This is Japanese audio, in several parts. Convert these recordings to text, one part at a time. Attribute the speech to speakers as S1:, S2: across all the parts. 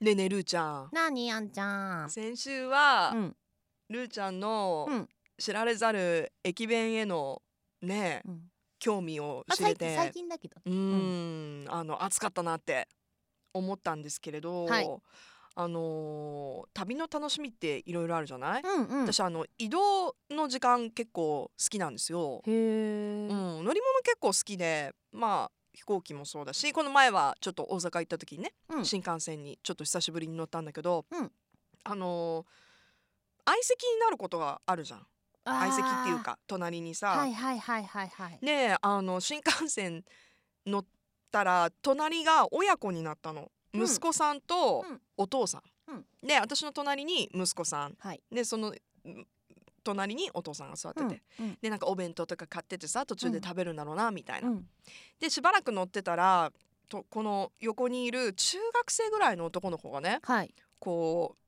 S1: ねえねえルーちゃ
S2: なあにあんちゃ
S1: ん
S2: ん。
S1: 先週は、
S2: うん。
S1: ルーちゃんの
S2: うん
S1: 知られざる駅弁へのねえ
S2: うん
S1: 興味を
S2: まあ、
S1: 知れ
S2: 最近
S1: て、
S2: 最近だけど。
S1: うーんあの暑かったなって思ったんですけれど、
S2: はい
S1: あのー旅の楽しみっていろいろあるじゃない、
S2: うんうん。
S1: 私あの移動の時間結構好きなんですよ、
S2: へ
S1: うん、
S2: え。
S1: 乗り物結構好きでまあ飛行機もそうだしこの前はちょっと大阪行った時にね
S2: うん
S1: 新幹線にちょっと久しぶりに乗ったんだけど、
S2: うん
S1: あのー相席になることがあるじゃん相席っていう。か隣に
S2: あー
S1: さ、
S2: はいはいはいはいはい。
S1: ねえあの新幹線乗ったら隣が親子になったの
S2: うん
S1: 息子さんと
S2: うん
S1: お父さん、
S2: うん
S1: で私の隣に息子さん
S2: はい。
S1: でそのうん隣にお父さんが座ってて、
S2: うん
S1: でなんかお弁当とか買っててさ途中で食べるんだろうなみたいな、
S2: うん。
S1: でしばらく乗ってたらとこの横にいる中学生ぐらいの男の子がね
S2: はい。
S1: こう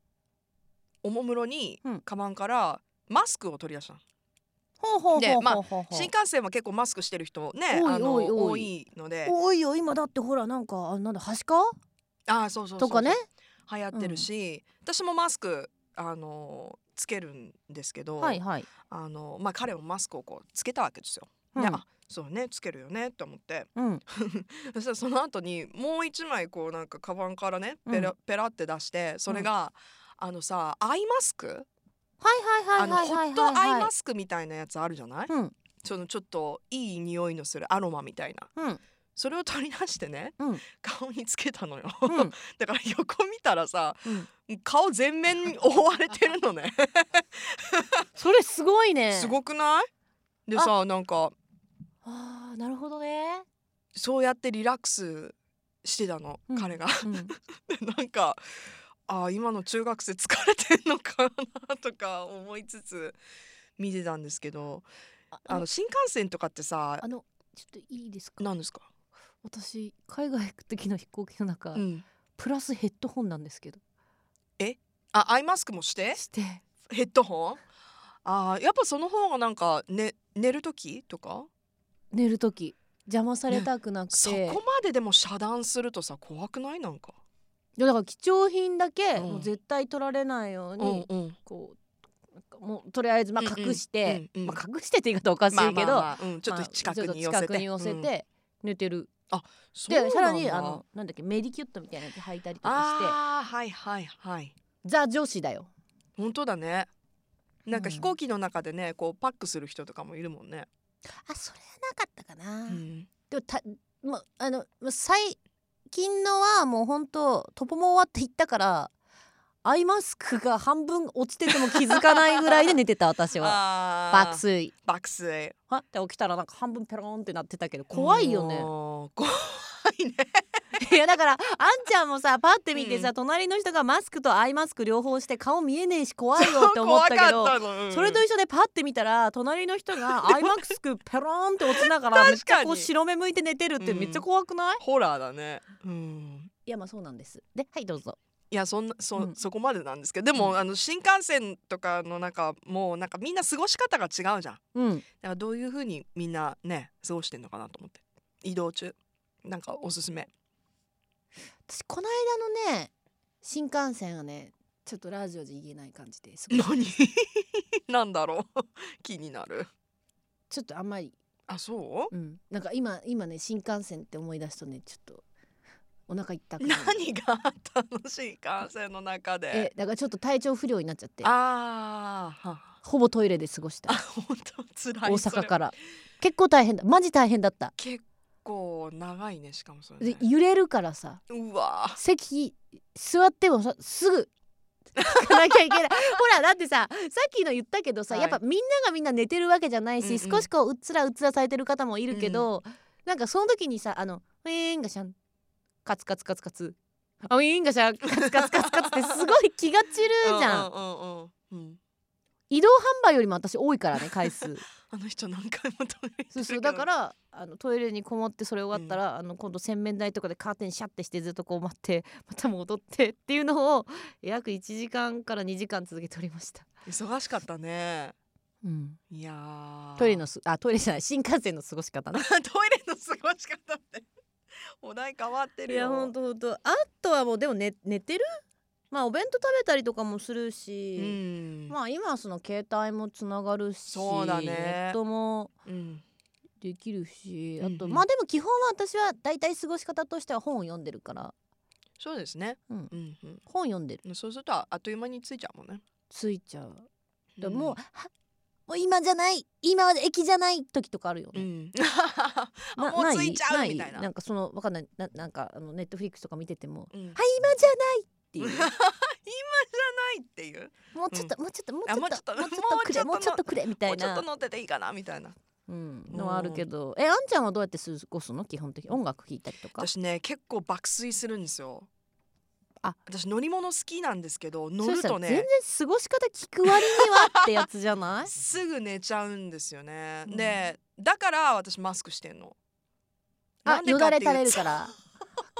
S1: おもむろに
S2: うん
S1: カバンからマスクを取り出したの、
S2: ほうほう
S1: で
S2: ほう
S1: まあ
S2: ほうほうほう
S1: 新。幹線は結構マスクしてる人ね
S2: 多い
S1: あの
S2: 多い
S1: 多
S2: 多
S1: いので
S2: 多いよ今だってほらなんかあなんだはしか
S1: あーそうそうそう
S2: とかね。
S1: 流行ってるし、私もマスクあのつけるんですけど、
S2: はいはい。
S1: あのまあ、彼もマスクをこうつけたわけですよ。
S2: う
S1: で、
S2: ん
S1: あそうねつけるよねって思って
S2: うん。
S1: そしたらその後にもう一枚こうなんかカバンからねペラ,、
S2: う
S1: ペラって出してそれが、あのさアイマスク
S2: はいは
S1: あ
S2: い
S1: の
S2: はい
S1: ホ
S2: はいはいはい。
S1: ットアイマスクみたいなやつあるじゃない、
S2: うん
S1: そのちょっといい匂いのするアロマみたいな
S2: うん
S1: それを取り出してね、
S2: うん
S1: 顔につけたのよ、
S2: うん
S1: だから横見たらさ
S2: うん。
S1: 顔全面に覆われてるの ね
S2: それすごいね。
S1: す
S2: い。
S1: ごくないでさなんか
S2: ああなるほどね。
S1: そうやってリラックスしてたの、
S2: うん
S1: 彼が
S2: うん。
S1: でなんかあー今の中学生疲れてんのかなとか思いつつ見てたんですけど
S2: ああ
S1: あ
S2: の
S1: の新幹線とかってさ
S2: あのちょっといいですか。
S1: 何ですか、
S2: 私海外行く時の飛行機の中、
S1: うん、
S2: プラスヘッドホンなんですけど
S1: あアイマスクもして
S2: して
S1: ヘッドホンあーやっぱその方がなんか、ね、寝る時とか
S2: 寝る時邪魔されたくなく
S1: そ
S2: て、
S1: こまででも遮断するとさ怖くないなんか、
S2: いやだから貴重品だけ、
S1: うん
S2: もう絶対取られないよう
S1: う
S2: に、
S1: んうん、
S2: こうなんかもうとりあえずま
S1: うん
S2: あ
S1: うん
S2: 隠して、
S1: うんうん
S2: まあ、隠してって言い方おかしいけ
S1: ま
S2: ど、
S1: あまあまあうん、ちょっと近く
S2: まあ
S1: に寄せ
S2: ちょっと近
S1: て
S2: くに寄せ
S1: うん
S2: て寝てる、
S1: そうなん
S2: で
S1: だ
S2: さらにあのなんだっけメディキュットみたいなやつ履いたりとかして
S1: あーはいはいはい
S2: ザ女子だよ
S1: 本当だねなんか
S2: うん
S1: 飛行機の中でねこうパックする人とかもいるもんね、
S2: あそれはなかったかな、
S1: うん、
S2: でもたまあのま最近のはもう本当トポも終わっていったからアイマスクが半分落ちてても気づかないぐらいで寝てた私は
S1: あー
S2: 爆睡
S1: 爆睡
S2: はって起きたらなんか半分ペローンってなってたけど怖いよね
S1: あー怖いね
S2: いやだからあんちゃんもさパッて見てさ、
S1: う
S2: 隣の人がマスクとアイマスク両方して顔見えねえし怖いよって思ったけど
S1: 怖かったのうん
S2: それと一緒でパッて見たら隣の人がアイマスクペローンって落ちな がらめっちゃこう白目向いて寝てるってめっちゃ怖くない、い
S1: ホラーだねうん
S2: やまあそうなんですではいどうぞ
S1: いやそんなそ,、
S2: うん
S1: そこまでなんですけどでも、
S2: うん
S1: あの新幹線とかの中もうなんかみんな過ごし方が違うじゃんだか
S2: うん
S1: らどういうふうにみんなね過ごしてんのかなと思って移動中なんかおすすめ
S2: 私この間のね新幹線はねちょっとラジオで言えない感じですごい
S1: 何 なんだろう 気になる
S2: ちょっとあんまり、
S1: あそう
S2: うん、なんか今今ね新幹線って思い出すとねちょっとお腹痛くなる
S1: 何があったの新幹線の中で
S2: えだからちょっと体調不良になっちゃって
S1: あーは
S2: ほぼトイレで過ごした
S1: あ本当つらい
S2: 大阪
S1: ら
S2: から結構大変だマジ大変だった
S1: 結構長いねしかもそれ、
S2: で
S1: ね、
S2: 揺れるからさ
S1: うわ
S2: 席座ってもさすぐ行かなきゃいけない ほらだってささっきの言ったけどさ、
S1: はい
S2: やっぱみんながみんな寝てるわけじゃないし、
S1: うんうん
S2: 少しこううっつらうっつらされてる方もいるけど、なんかその時にさあのウィーンガシャンカツカツカツカツあウィーンガシャンカツカツカツカツってすごい気が散るじゃん
S1: うんうんうんうん、うん
S2: 移動販売よりも私多いからね回数
S1: あの人何回もトイレ行ってるけど
S2: そうそうだからあのトイレにこもってそれ終わったら、あの今度洗面台とかでカーテンシャッてしてずっとこう待って また戻ってっていうのを約1時間から2時間続けておりました、
S1: 忙しかったね
S2: うん、
S1: いやー
S2: トイレのすあトイレじゃない新幹線の過ごし方ね
S1: トイレの過ごし方ってお題変わって
S2: い
S1: るよ
S2: やほんとほんとあとはもうでも寝寝てるまあお弁当食べたりとかもする
S1: う
S2: し、
S1: ん、
S2: まあ今はその携帯もつながるし
S1: そうだね
S2: ネットも
S1: うん、
S2: できるし
S1: う
S2: あ
S1: んうん
S2: と、まあでも基本は私はだいたい過ごし方としては本を読んでるから
S1: そうですね、
S2: うん
S1: うんうん
S2: 本読んでる
S1: そうするとあっという間についちゃうもんね。
S2: ついちゃうだ
S1: ん
S2: もう、はもう今じゃない今は駅じゃない時とかあるよ
S1: う
S2: ね、
S1: ん、
S2: な
S1: あもうついちゃう
S2: な
S1: みたいな
S2: なんかそのわかんないななんかあのネットフリックスとか見てても
S1: うん、
S2: はい今じゃないってい
S1: 今じゃ
S2: う
S1: ないっていう
S2: もうちょっと、もうちょっともうち
S1: あ
S2: ょっと
S1: もうちょっと
S2: もうちょっとくれも
S1: も
S2: う
S1: うちょっとも
S2: ちょっとくれみたいう
S1: ちょっ
S2: な
S1: と乗ってていいかなみたいな
S2: うん、のはあるけどえあんちゃんはどうやって過ごすの基本的に音楽聴いたりとか
S1: 私ね結構爆睡するんですよ
S2: あ
S1: 私乗り物好きなんですけど乗
S2: それ
S1: る
S2: さ
S1: と
S2: 全然
S1: ね
S2: 過ごし方聞く割にはってやつじゃ ない
S1: すぐ寝ちゃうんですよね、
S2: うん
S1: でだから私マスクしてんのな
S2: あ
S1: んで
S2: よ
S1: か
S2: だ
S1: って
S2: れ
S1: いうと
S2: 垂れるからわ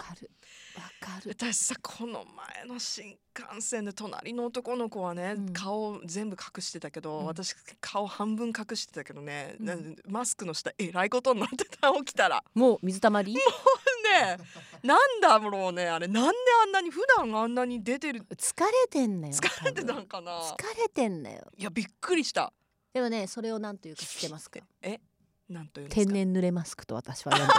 S2: かるわかる
S1: 私さこの前の新幹線で隣の男の子はね、
S2: うん
S1: 顔全部隠してたけど、
S2: うん
S1: 私顔半分隠してたけどね、
S2: うん
S1: なんでマスクの下えらいことになってた起きたら
S2: もう水 たまり
S1: ねなんだろうねあれなんであんなに普段あんなに出てる
S2: 疲れてんだよ
S1: 疲れてた
S2: 多分
S1: んかな
S2: 疲れてんだよ
S1: いやびっくりした
S2: でもねそれをなんというか知っ てますか
S1: えなんというんです
S2: 天
S1: か
S2: 然濡れマスクと私は呼んで る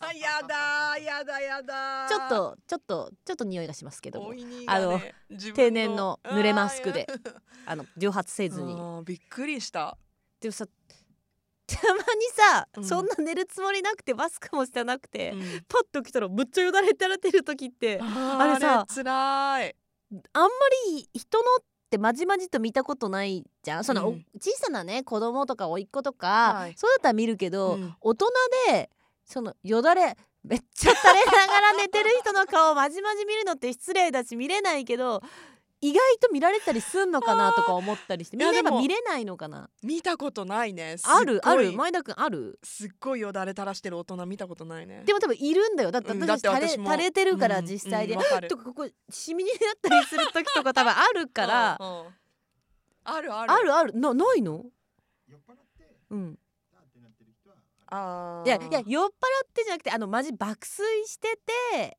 S1: あやだーやだやだー
S2: ちょっとちょっとちょっと匂いがしますけども
S1: おいにがね
S2: あの
S1: 自分
S2: 定年の濡れマスクであの蒸発せ
S1: あー
S2: ずに
S1: あーびっくりした
S2: でもさ たまにさ、
S1: うん
S2: そんな寝るつもりなくてマスクもしてなくて、
S1: うん
S2: パッと来たらむっちゃよだれ垂れてる時って
S1: あ
S2: あ
S1: ー
S2: れさ
S1: あれつらい
S2: あんまり人のってまじまじと見たことないじゃんその、お
S1: うん
S2: 小さなね子供とか甥っ子とか、
S1: はい
S2: そうだったら見るけど、
S1: うん
S2: 大人でそのよだれめっちゃ垂れながら寝てる人の顔をまじまじ見るのって失礼だし見れないけど意外と見られたりすんのかなとか思ったりして
S1: あー
S2: みんなやっ
S1: いやで
S2: ぱ
S1: も
S2: 見れないのかな
S1: 見たことないねすっごい
S2: あるある前田君ある
S1: すっごいよだれ垂らしてる大人見たことないね
S2: でも多分いるんだよだって
S1: う
S2: 私
S1: ん
S2: た
S1: だっ
S2: ち
S1: て
S2: 垂れ
S1: 私も
S2: 垂れてるから
S1: うん
S2: 実際で、
S1: うんわかる
S2: とかここシミになったりする時とか多分あるから
S1: うんうんある ある
S2: あるあるなないのうん、
S1: あー
S2: いやいや酔っ払ってじゃなくてあのマジ爆睡してて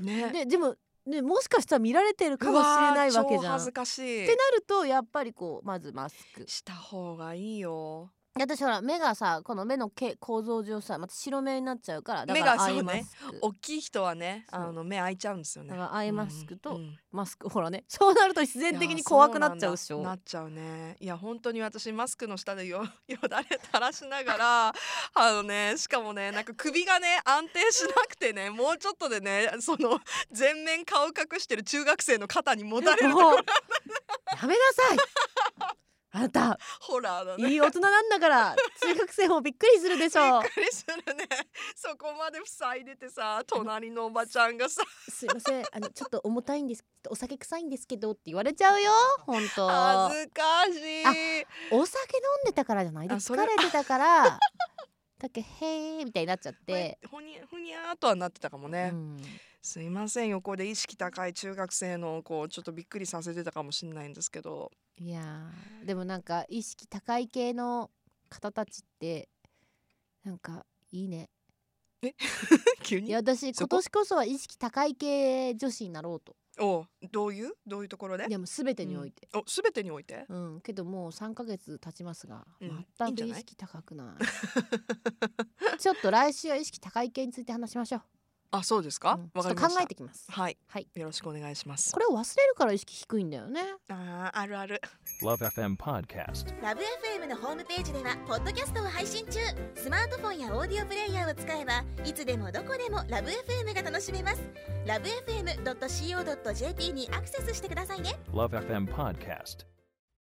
S1: ね
S2: ででも、ね、もしかしたら見られてるかもしれないわけ
S1: うー超
S2: じゃん。っ
S1: 恥ずかしい
S2: てなるとやっぱりこうまずマスク
S1: した方がいいよ
S2: 私ほら目がさこの目のけ構造上さまた白目になっちゃうからだか
S1: 目
S2: ら
S1: が
S2: ア
S1: そう
S2: イマ
S1: ね
S2: スク、
S1: 大きい人はね
S2: そう
S1: あの目開いちゃうんですよね
S2: だからアイマスクと
S1: うんうん
S2: マスクほらねそうなると必然的
S1: い
S2: に
S1: や
S2: 怖くなっちゃうでし
S1: そな
S2: ょ
S1: んだなっちゃうねいや本当に私マスクの下でよ よだれ垂らしながら あのねしかもねなんか首がね安定しなくてねもうちょっとでねその全面顔隠してる中学生の肩にもたれる
S2: もうやめなさいあなた
S1: ホラーだね
S2: いい大人なんだ から中学生もびっくりするでしょう
S1: びっくりするねそこまで塞いでてさ隣のおばちゃんがさ
S2: すいませんあのちょっと重たいんですちょっとお酒臭いんですけどって言われちゃうよ本当
S1: 恥ずかしい
S2: お酒飲んでたからじゃないで
S1: あそ
S2: 疲
S1: れ
S2: れてたから だっけへーみたいになっちゃっ
S1: これ
S2: て、
S1: ふにゃふにゃーとはなってたかも
S2: う
S1: ね、
S2: ん、
S1: すいません横で意識高い中学生のこうちょっとびっくりさせてたかもしれないんですけ ど
S2: いやーでもなんか意識高い系の方たちってなんかいいね
S1: 急
S2: い
S1: に
S2: や私
S1: そこ
S2: 今年こそは意識高い系女子になろうと
S1: おうどういうどういうところで
S2: いやもう全てにおいて、
S1: お全てにおいて
S2: うん、けどもう3ヶ月経ちますが、
S1: うんいい
S2: 全
S1: んじ
S2: く
S1: ゃ
S2: 意
S1: ない
S2: 識高くない ちょっと来週は意識高い系について話しましょう、
S1: あそうですか、
S2: う
S1: わかりま
S2: んちょっと
S1: し
S2: 考
S1: た
S2: えてきます
S1: はい、
S2: はい
S1: よろしくお願いします
S2: これを忘れるから意識低いんだよね
S1: あーあるある
S3: Love FM Podcast.
S4: ラブ f m のホームページではポッドキャストを配信中スマートフォンやオーディオプレイヤーを使えばいつでもどこでもラブ f m が楽しめますラブ FM.co.jp にアクセスしてくださいね
S3: Love FM Podcast.